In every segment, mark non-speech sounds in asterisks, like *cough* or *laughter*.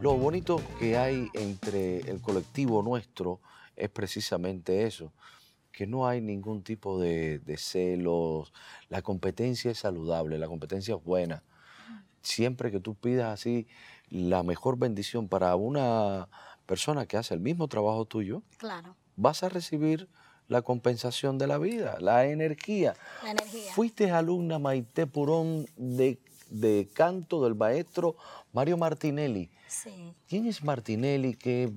Lo bonito que hay entre el colectivo nuestro es precisamente eso, que no hay ningún tipo de, de celos, la competencia es saludable, la competencia es buena. Siempre que tú pidas así la mejor bendición para una persona que hace el mismo trabajo tuyo, Claro, vas a recibir la compensación de la vida, la energía. la energía. Fuiste alumna Maite Purón de, de canto del maestro Mario Martinelli. Sí. ¿Quién es Martinelli? ¿Qué,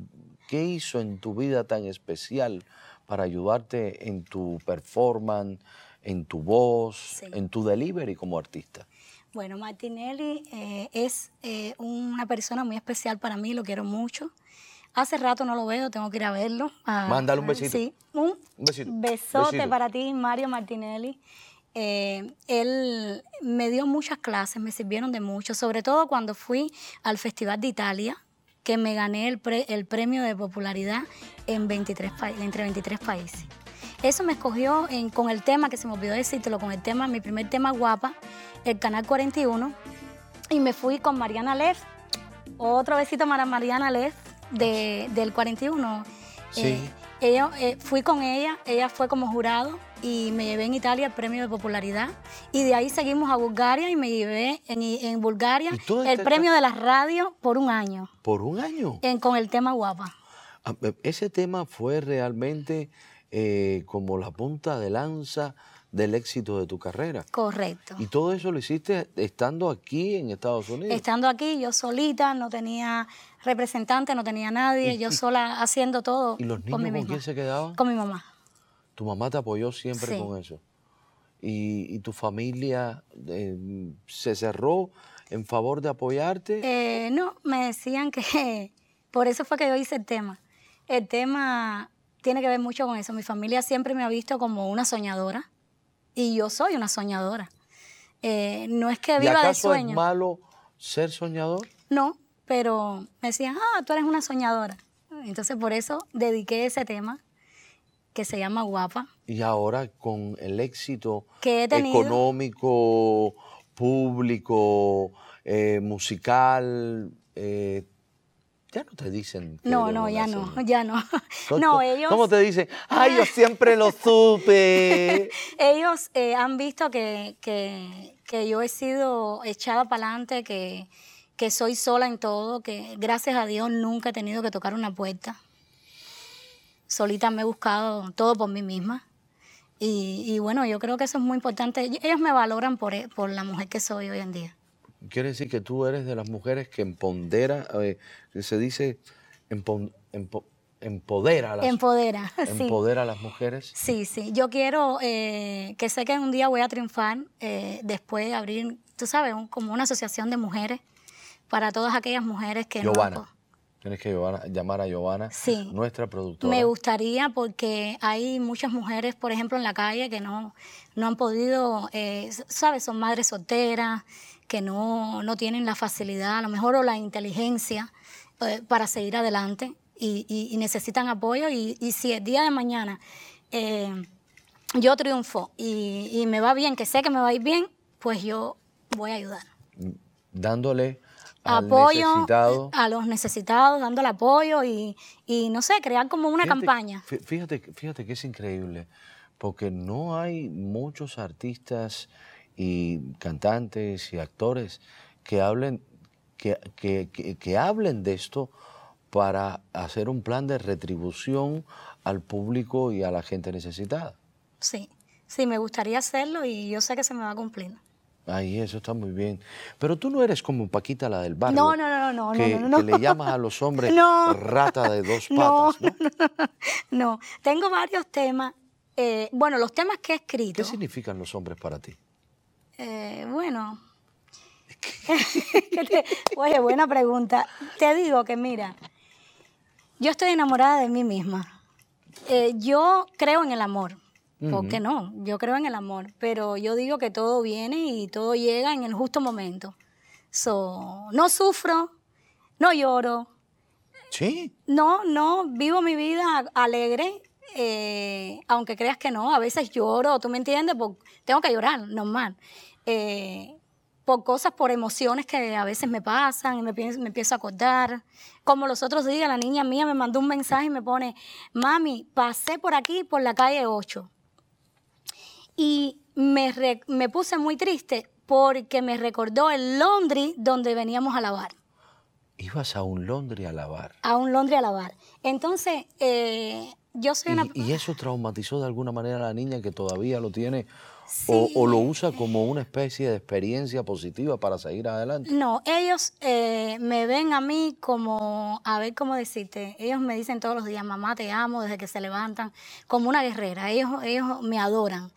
qué hizo en tu vida tan especial para ayudarte en tu performance, en tu voz, Sí. en tu delivery como artista? Bueno, Martinelli eh, es eh, una persona muy especial para mí, lo quiero mucho. Hace rato no lo veo, tengo que ir a verlo. Ah, Mándale un besito. Sí, un Un besito. besote Besito. para ti, Mario Martinelli. Eh, él me dio muchas clases, me sirvieron de mucho, sobre todo cuando fui al Festival de Italia, que me gané el, pre- el premio de popularidad en 23 pa- entre 23 países. Eso me escogió en- con el tema, que se me olvidó decírtelo, con el tema, mi primer tema guapa, el Canal 41, y me fui con Mariana Leff, otro besito para Mariana Leff de, del 41. Sí. Eh, ella, eh, fui con ella, ella fue como jurado y me llevé en Italia el premio de popularidad. Y de ahí seguimos a Bulgaria y me llevé en, en Bulgaria ¿Y todo el este- premio de las radios por un año Por un año. en- con el tema guapa. Ah, eh, Ese tema fue realmente eh, como la punta de lanza del éxito de tu carrera. Correcto. Y todo eso lo hiciste estando aquí en Estados Unidos. Estando aquí yo solita, no tenía representante, no tenía nadie, yo sola haciendo todo ¿Y los con niños mí con, misma. quién se quedaban? Con mi mamá. Tu mamá te apoyó siempre Sí. con eso. Y, y tu familia eh, se cerró en favor de apoyarte. Eh, no, me decían que *laughs* por eso fue que yo hice el tema. El tema tiene que ver mucho con eso. Mi familia siempre me ha visto como una soñadora y yo soy una soñadora. Eh, no es que ¿Y viva de acaso es sueño, malo ser soñador? no, pero me decían, ah, tú eres una soñadora. Entonces por eso dediqué ese tema que se llama Guapa. Y ahora con el éxito Que he tenido. económico, público, eh, musical, eh, ya no te dicen. que No, eres no, una ya no, señora. *laughs* ya no. ¿Cómo- No, cómo- ellos... ¿Cómo te dicen? ¡Ay, yo siempre lo *laughs* supe! Ellos eh, han visto que, que- que yo he sido echada para adelante, que, que soy sola en todo, que gracias a Dios nunca he tenido que tocar una puerta. Solita me he buscado todo por mí misma. Y, y bueno, yo creo que eso es muy importante. Y- Ellos me valoran por, e- por la mujer que soy hoy en día. Quiere decir que tú eres de las mujeres que empodera, eh, que se dice empon- empo- empodera a las, Empodera, *laughs* sí. empodera a las mujeres. Sí, sí. Yo quiero eh, que sé que un día voy a triunfar, eh, después abrir, tú sabes, un- como una asociación de mujeres para todas aquellas mujeres que no- Giovanna. Tienes que Giovanna- llamar a Giovanna, Sí. nuestra productora. Me gustaría porque hay muchas mujeres, por ejemplo, en la calle que no, no han podido, eh, s- ¿sabes? Son madres solteras, que no, no tienen la facilidad, a lo mejor, o la inteligencia eh, para seguir adelante y, y- y necesitan apoyo. Y, y si el día de mañana eh, yo triunfo y, y me va bien, que sé que me va a ir bien, pues yo voy a ayudar. Dándole al Apoyo necesitado. a los necesitados, dándole apoyo y, y no sé, crear como una Fíjate- campaña. fí- Fíjate, fíjate que es increíble, porque no hay muchos artistas y cantantes y actores que hablen, que, que- que- que hablen de esto para hacer un plan de retribución al público y a la gente necesitada. Sí, sí, me gustaría hacerlo y yo sé que se me va a cumplir. Ahí eso está muy bien. Pero tú no eres como Paquita la del barrio. No, no, no, no, no, que, no, no, que no. le llamas a *laughs* los hombres No. rata de dos *laughs* No, patas. ¿no? No, tengo varios temas. eh, bueno, los temas que he escrito. ¿Qué significan los hombres para ti? eh, bueno. *laughs* Que te- Oye, buena pregunta. Te digo que mira, yo estoy enamorada de mí misma. Eh, yo creo en el amor. ¿Por qué no? Yo creo en el amor, pero yo digo que todo viene y todo llega en el justo momento. So, no sufro, no lloro, Sí. No, no, vivo mi vida a- alegre, eh, aunque creas que no, a veces lloro, tú me entiendes, Por- tengo que llorar, normal. Eh, por cosas, por emociones que a veces me pasan y me, pienso- me empiezo a acordar. Como los otros días, la niña mía me mandó un mensaje y me pone, mami, pasé por aquí, por la calle 8. Y me, re- me puse muy triste porque me recordó el Londres donde veníamos a lavar Ibas a un Londres a lavar. a un Londres a lavar. Entonces, eh, yo soy una... Y, y eso traumatizó de alguna manera a la niña que todavía lo tiene o, Sí. o lo usa como una especie de experiencia positiva para seguir adelante. No, ellos eh, me ven a mí como, a ver cómo decirte, ellos me dicen todos los días, mamá, te amo desde que se levantan, como una guerrera, ellos, ellos me adoran.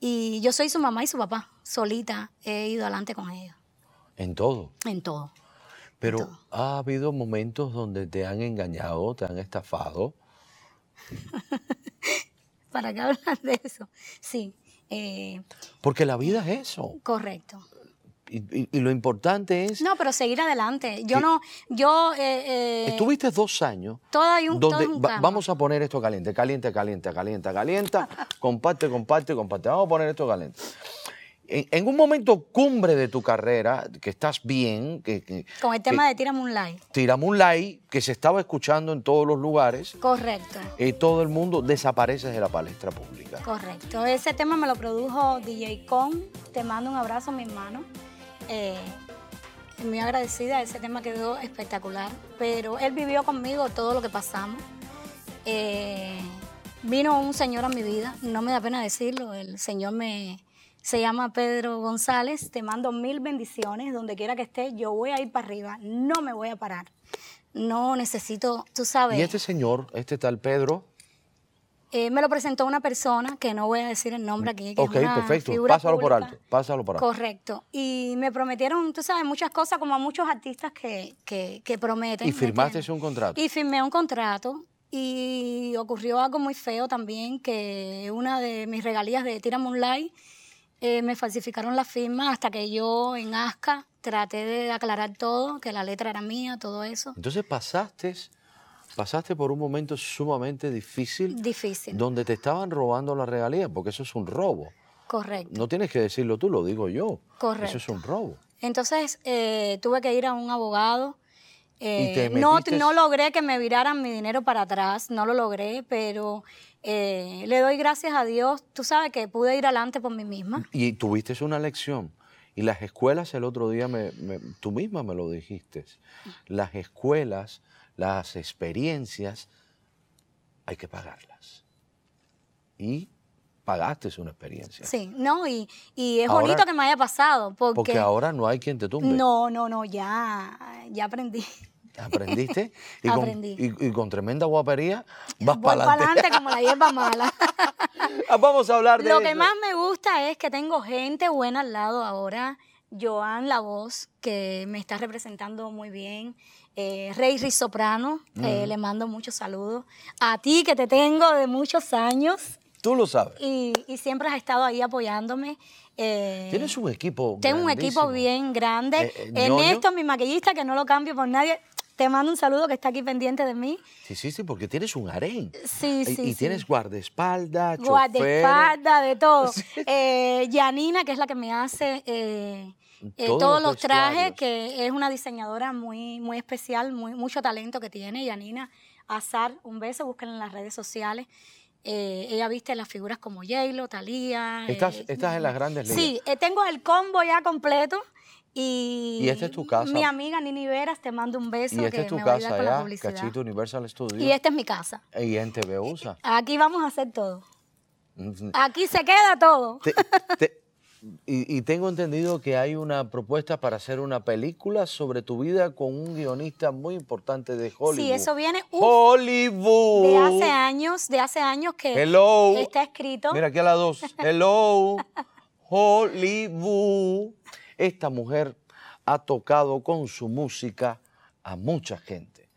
Y yo soy su mamá y su papá, solita he ido adelante con ellos, En todo. en todo. Pero todo. ha habido momentos donde te han engañado, te han estafado. ¿Para qué *laughs* hablar de eso? Sí, eh, Porque la vida es eso. correcto. Y, y- y lo importante es. No, pero seguir adelante. Yo Sí. no, yo... eh, eh, Estuviste dos años. todo hay un, todo donde es un va- cambio. vamos a poner esto caliente, caliente, caliente, caliente, *laughs* calienta, comparte, comparte, comparte. Vamos a poner esto caliente. En, en un momento cumbre de tu carrera, que estás bien, que, que Con el tema de Tírame un like. Tiramulay, que se estaba escuchando en todos los lugares, Correcto, y todo el mundo desapareces de la palestra pública. correcto. Ese tema me lo produjo DJ Con. Te mando un abrazo, mi hermano. Eh, muy agradecida, ese tema quedó espectacular. Pero él vivió conmigo todo lo que pasamos. Eh, vino un señor a mi vida, no me da pena decirlo, el señor me... Se llama Pedro González, te mando mil bendiciones, donde quiera que esté, yo voy a ir para arriba, no me voy a parar. No necesito, tú sabes. Y este señor, este tal Pedro, Eh, me lo presentó una persona que no voy a decir el nombre aquí. Que es ok, una perfecto, figura pásalo por pública. alto, pásalo por alto. Correcto. Y me prometieron, tú sabes, muchas cosas, como a muchos artistas que, que, que prometen. Y ¿me firmaste entiendes? un contrato. Y firmé un contrato. Y ocurrió algo muy feo también, que una de mis regalías de Tira Moonlight eh, me falsificaron la firma hasta que yo en ASCA traté de aclarar todo, que la letra era mía, todo eso. Entonces pasaste, pasaste por un momento sumamente difícil Difícil. donde te estaban robando la regalía, porque eso es un robo. Correcto. No tienes que decirlo tú, lo digo yo. Eso es Correcto. un robo. Entonces eh, tuve que ir a un abogado. Eh, te no, metiste- no logré que me viraran mi dinero para atrás, no lo logré, pero eh, le doy gracias a Dios. Tú sabes que pude ir adelante por mí misma. Y tuviste una lección. Y las escuelas, el otro día me- me- tú misma me lo dijiste, las escuelas, las experiencias, hay que pagarlas. Y pagaste una experiencia. Sí, no, y, y es Ahora- bonito que me haya pasado, porque, porque ahora no hay quien te tumbe. no, no, no, ya, *laughs* ya aprendí. Aprendiste *laughs* y, con- Aprendí. y- y con tremenda guapería vas Voy para adelante. adelante como la hierba mala. *laughs* Vamos a hablar de Lo que eso. más me gusta es que tengo gente buena al lado ahora. Joan La Voz, que me está representando muy bien. Eh, Rey Soprano, Mm. le mando muchos saludos. A ti, que te tengo de muchos años Tú lo sabes. y, y siempre has estado ahí apoyándome. Eh, Tienes un equipo. tengo un equipo grandísimo. bien grande. Eh, eh, Ñoño. Ernesto, mi maquillista, que no lo cambio por nadie. Te mando un saludo que está aquí pendiente de mí. Sí, sí, sí, porque tienes un harén. Sí, Y- sí, Y sí. tienes guardaespaldas, chofer. guardaespaldas, de *laughs* todo. Sí. Eh, Yanina, que es la que me hace eh, eh, Todos todos, los los, trajes, vestuarios. que es una diseñadora muy, muy especial, muy, mucho talento que tiene. Yanina Azar, un beso, búsquenla en las redes sociales. Eh, ella viste las figuras como J-Lo, Thalía. Estás, eh, estás en las grandes ligas. Sí, eh, tengo el combo ya completo. Y, Y esta es tu casa. Mi amiga Nini Veras, te mando un beso. Y esta que es tu me va a ayudar casa con la allá, publicidad. Cachito Universal Studio. Y esta es mi casa. Y en TV USA. Aquí vamos a hacer todo. Aquí se queda todo. Te- te- y, y tengo entendido que hay una propuesta para hacer una película sobre tu vida con un guionista muy importante de Hollywood. Sí, eso viene uf, Hollywood. de hace años, de hace años que Hello. está escrito. Mira, aquí a las dos. Hello. Hollywood. Esta mujer ha tocado con su música a mucha gente.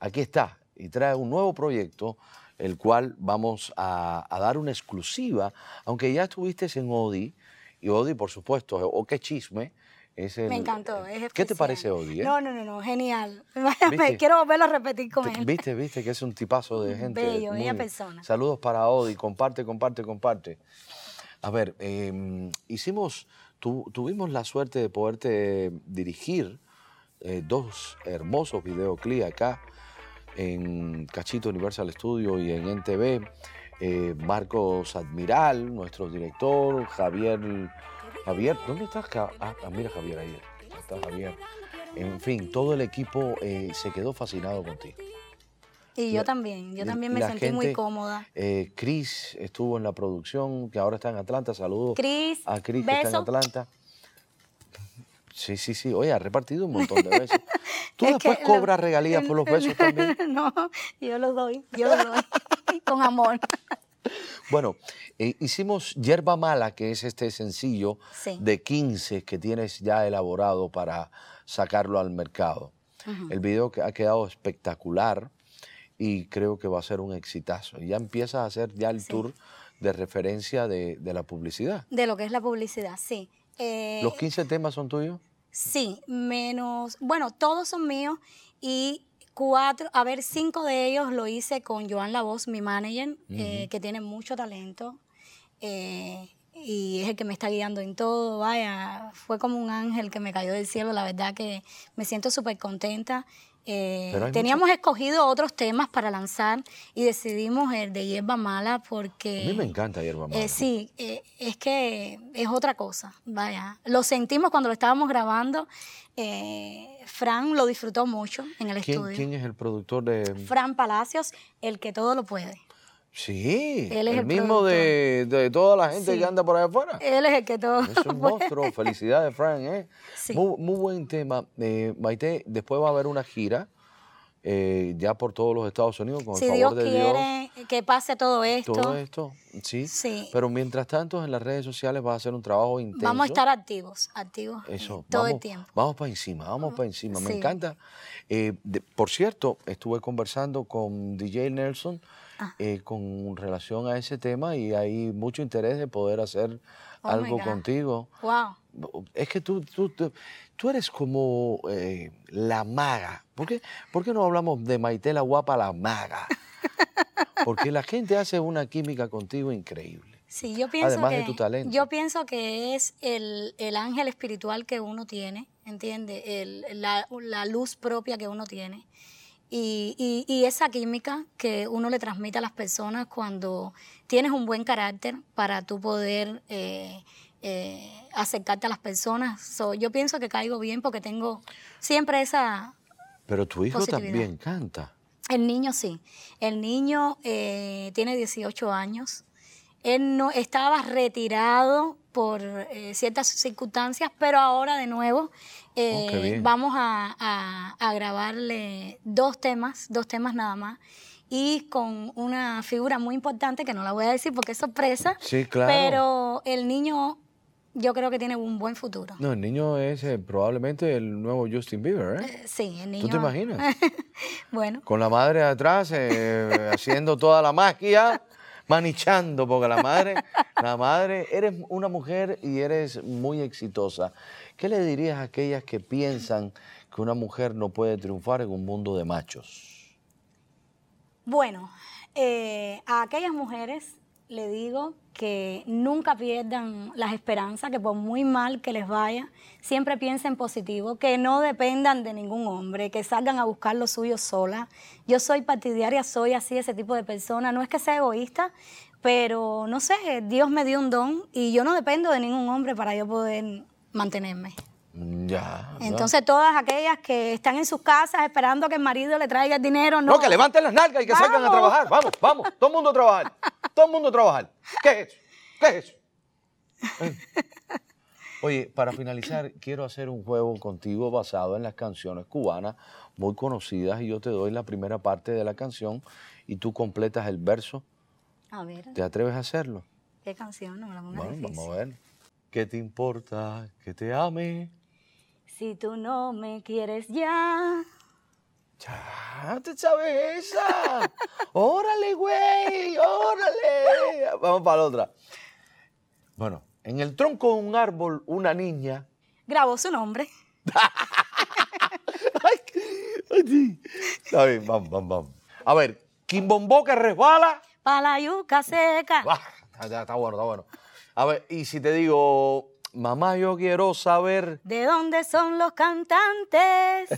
Aquí está. Y trae un nuevo proyecto, el cual vamos a, a dar una exclusiva. Aunque ya estuviste en Odi. Y Odi, por supuesto, o qué chisme. es el- Me encantó. es ¿Qué te especial. parece Odi? eh? No, no, no, no, genial. *laughs* ¿Viste? Me quiero volverlo a repetir con Te- él. Viste, viste que es un tipazo de gente. Bello, muy- bella persona. Saludos para Odi, comparte, comparte, comparte. A ver, eh, em, hicimos, Tu- tuvimos la suerte de poderte dirigir eh, dos hermosos videoclips acá en Cachito Universal Studio y en NTV. Eh, Marcos Admiral, nuestro director, Javier. Javier, ¿dónde estás? Ja- Ah, ah, mira Javier ahí. Está Javier. En fin, todo el equipo eh, se quedó fascinado contigo. Y yo La- también, yo y- también y me la sentí gente- muy cómoda. Eh, Cris estuvo en la producción, que ahora está en Atlanta. Saludos Cris, a Cris, que está en beso. Atlanta. Sí, sí, sí. Oye, ha repartido un montón *laughs* de besos. Tú Es después que lo- cobras regalías *laughs* por los besos también. no, yo los doy, yo los doy, con amor. Bueno, eh, hicimos Yerba Mala, que es este sencillo Sí. de 15 que tienes ya elaborado para sacarlo al mercado. El video que ha quedado espectacular y creo que va a ser un exitazo. Y ya empiezas a hacer ya el tour de referencia de, de la publicidad. De lo que es la publicidad, sí. Eh, ¿Los 15 temas son tuyos? Sí, menos, bueno, todos son míos y cuatro, a ver, cinco de ellos lo hice con Joan La Voz, mi manager, eh, que tiene mucho talento eh, y es el que me está guiando en todo, vaya, fue como un ángel que me cayó del cielo, la verdad que me siento súper contenta. Eh, Pero hay teníamos escogido otros temas para lanzar y decidimos el de Hierba Mala porque... A mí me encanta Yerba Mala. Eh, sí, eh, es que es otra cosa, vaya. Lo sentimos cuando lo estábamos grabando. eh, Fran lo disfrutó mucho en el ¿Quién, estudio. quién es el productor de...? Fran Palacios, el que todo lo puede. Sí, Él es el el mismo de, de toda la gente Sí. que anda por allá afuera. Él es el que todo *laughs* Es lo un puede. monstruo. Felicidades, Frank. ¿eh? Sí. Muy, muy buen tema. Eh, Maite, después va a haber una gira eh, ya por todos los Estados Unidos, con Si el Dios favor de Dios. quiere que pase todo esto, Todo esto, sí. Sí. Pero mientras tanto, en las redes sociales va a ser un trabajo intenso. vamos a estar activos, activos eh, Eso, todo vamos, el tiempo. Vamos para encima, vamos para encima. Me sí. encanta. Eh, de- por cierto, estuve conversando con DJ Nelson Ah. eh, con relación a ese tema y hay mucho interés de poder hacer Oh my algo God. contigo. Wow. Es que tú, tú, tú- tú eres como eh, la maga. ¿Por qué, por qué no hablamos de Maite la guapa, la maga? Porque la gente hace una química contigo increíble. Sí, yo pienso Además que, de tu talento. Yo pienso que es el, el ángel espiritual que uno tiene, ¿entiendes? la, la luz propia que uno tiene. Y, y- y esa química que uno le transmite a las personas cuando tienes un buen carácter para tú poder eh, eh, acercarte a las personas. So, yo pienso que caigo bien porque tengo siempre esa, Pero tu hijo Positividad. también canta. el niño sí. El niño eh, tiene 18 años. Él no estaba retirado por eh, ciertas circunstancias, pero ahora de nuevo eh, Oh, qué bien. vamos a, a- a grabarle dos temas, dos temas nada más, y con una figura muy importante que no la voy a decir porque es sorpresa. Sí, claro. Pero el niño, yo creo que tiene un buen futuro. No, el niño es eh, probablemente el nuevo Justin Bieber, ¿eh? Eh, Sí, el niño. ¿Tú te imaginas? *laughs* Bueno. Con la madre atrás, eh, haciendo toda la magia, manichando, porque la madre, la madre, eres una mujer y eres muy exitosa. ¿Qué le dirías a aquellas que piensan que una mujer no puede triunfar en un mundo de machos? Bueno, eh, a aquellas mujeres le digo que nunca pierdan las esperanzas, que por muy mal que les vaya, siempre piensen positivo, que no dependan de ningún hombre, que salgan a buscar lo suyo sola. Yo soy partidaria, soy así, ese tipo de persona. No es que sea egoísta, pero no sé, Dios me dio un don y yo no dependo de ningún hombre para yo poder mantenerme. Mm, Ya. ya. Entonces todas aquellas que están en sus casas esperando que el marido le traiga el dinero, no. No, que levanten las nalgas y que salgan a Vamos. trabajar. Vamos, vamos. Todo el mundo a trabajar. Todo el mundo a trabajar. ¿Qué es eso? ¿Qué es eso? *laughs* Eh. Oye, para finalizar, quiero hacer un juego contigo basado en las canciones cubanas muy conocidas y yo te doy la primera parte de la canción y tú completas el verso. A ver, ¿Te atreves a hacerlo? ¿qué canción? No me la pongas Bueno, difícil. vamos a ver. ¿Qué te importa que te ame? Si tú no me quieres ya. Ya, te sabes esa. Órale, güey, órale. Vamos para la otra. Bueno, en el tronco de un árbol, una niña. Grabó su nombre. Ay, qué- ay, sí. Está bien, vamos, vamos, vamos. A ver, Quimbombo que resbala. Para la yuca seca. Ah, está, está- está bueno, está bueno. A ver, y si te digo, Mamá, yo quiero saber. *laughs* ¿De dónde son los cantantes?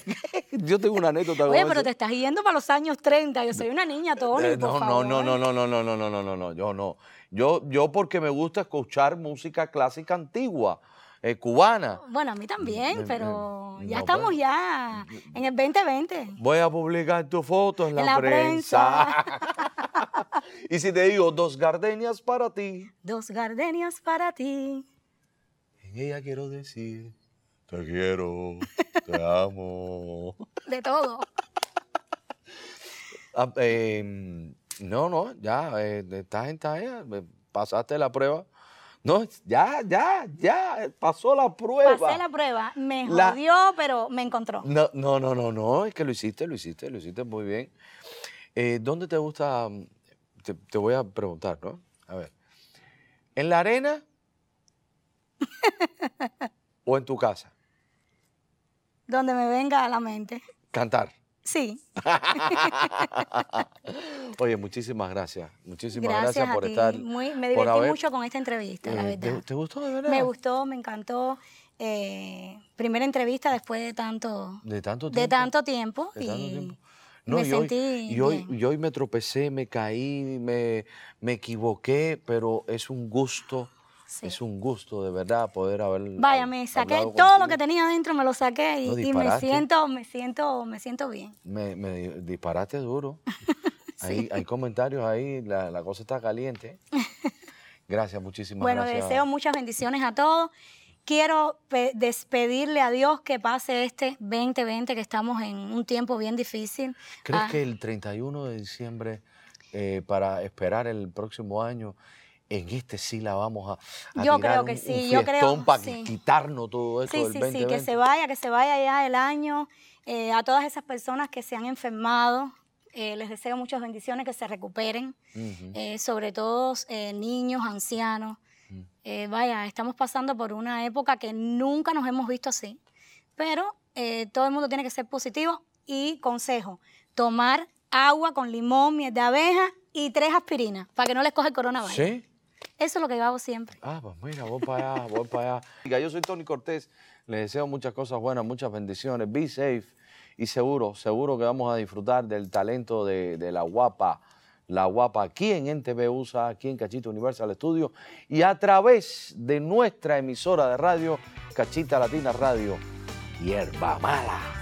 Yo tengo una anécdota. con Oye, eso. pero te estás yendo para los años 30. Yo soy una niña, Tony. Eh, por no, no, favor. no, no, no, no, no, no, no, no, no, no, yo no. Yo, yo porque me gusta escuchar música clásica antigua, eh, cubana. Bueno, a mí Me- también, me- pero ya no, estamos bueno. Mm. ya en el 2020. Voy a publicar tu foto en la, En la prensa. *laughs* y si te digo dos gardenias para ti, Dos gardenias para ti. en ella quiero decir, te *laughs* quiero, te amo. De todo. Ah, em, no, no, ya, eh, estás en talla, eh, pasaste la prueba. No, ya, ya, ya, eh, pasó la prueba. Pasé la prueba. Me La- jodió, pero me encontró. No, no, no, no, no, es que lo hiciste, lo hiciste, lo hiciste muy bien. Eh, ¿Dónde te gusta? mm, Te, te voy a preguntar, ¿no? A ver. ¿En la arena? ¿O en tu casa? Donde me venga a la mente. Cantar. Sí. Oye, muchísimas gracias. Muchísimas gracias, Gracias, a por ti. estar. Muy- por me divertí haber- mucho con esta entrevista, la Eh, ¿te- verdad. ¿te, gustó de verdad? Me gustó, me encantó. Eh, primera entrevista después de tanto, De tanto tiempo. de tanto tiempo. de tanto y tiempo. me y hoy, sentí y hoy, bien. y hoy me tropecé, me caí, me, me equivoqué, pero es un gusto, Sí. es un gusto de verdad poder haber. Vaya, hab- me saqué hablado todo lo contigo. que tenía dentro, me lo saqué y, No, y me disparaste. siento, me siento, me siento bien. Me, me di- disparaste *laughs* duro. Ahí- Hay comentarios ahí, la, la cosa está *laughs* caliente. Gracias, muchísimas Bueno, gracias. deseo muchas bendiciones a todos. Quiero pe- despedirle a Dios que pase este 2020, que estamos en un tiempo bien difícil. ¿Crees Ah, que el 31 de diciembre, eh, para esperar el próximo año, en este sí la vamos a, a Yo tirar creo que un- sí, un yo creo- para sí. quitarnos todo esto Sí, del sí, sí, 2020? que se vaya, que se vaya ya el año. Eh, a todas esas personas que se han enfermado, eh, les deseo muchas bendiciones, que se recuperen, Ujú. eh, sobre todo eh, niños, ancianos. Eh, vaya, estamos pasando por una época que nunca nos hemos visto así, pero eh, todo el mundo tiene que ser positivo y consejo, tomar agua con limón, miel de abeja y tres aspirinas para que no les coja el coronavirus. ¿Sí? Eso es lo que yo hago siempre. Ah, pues mira, voy para allá, voy para allá. Oiga, Yo soy Tony Cortés, les deseo muchas cosas buenas, muchas bendiciones, be safe y seguro, seguro que vamos a disfrutar del talento de, de la guapa, la guapa aquí en NTV USA, aquí en Cachita Universal Studio y a través de nuestra emisora de radio, Cachita Latina Radio, Hierba Mala.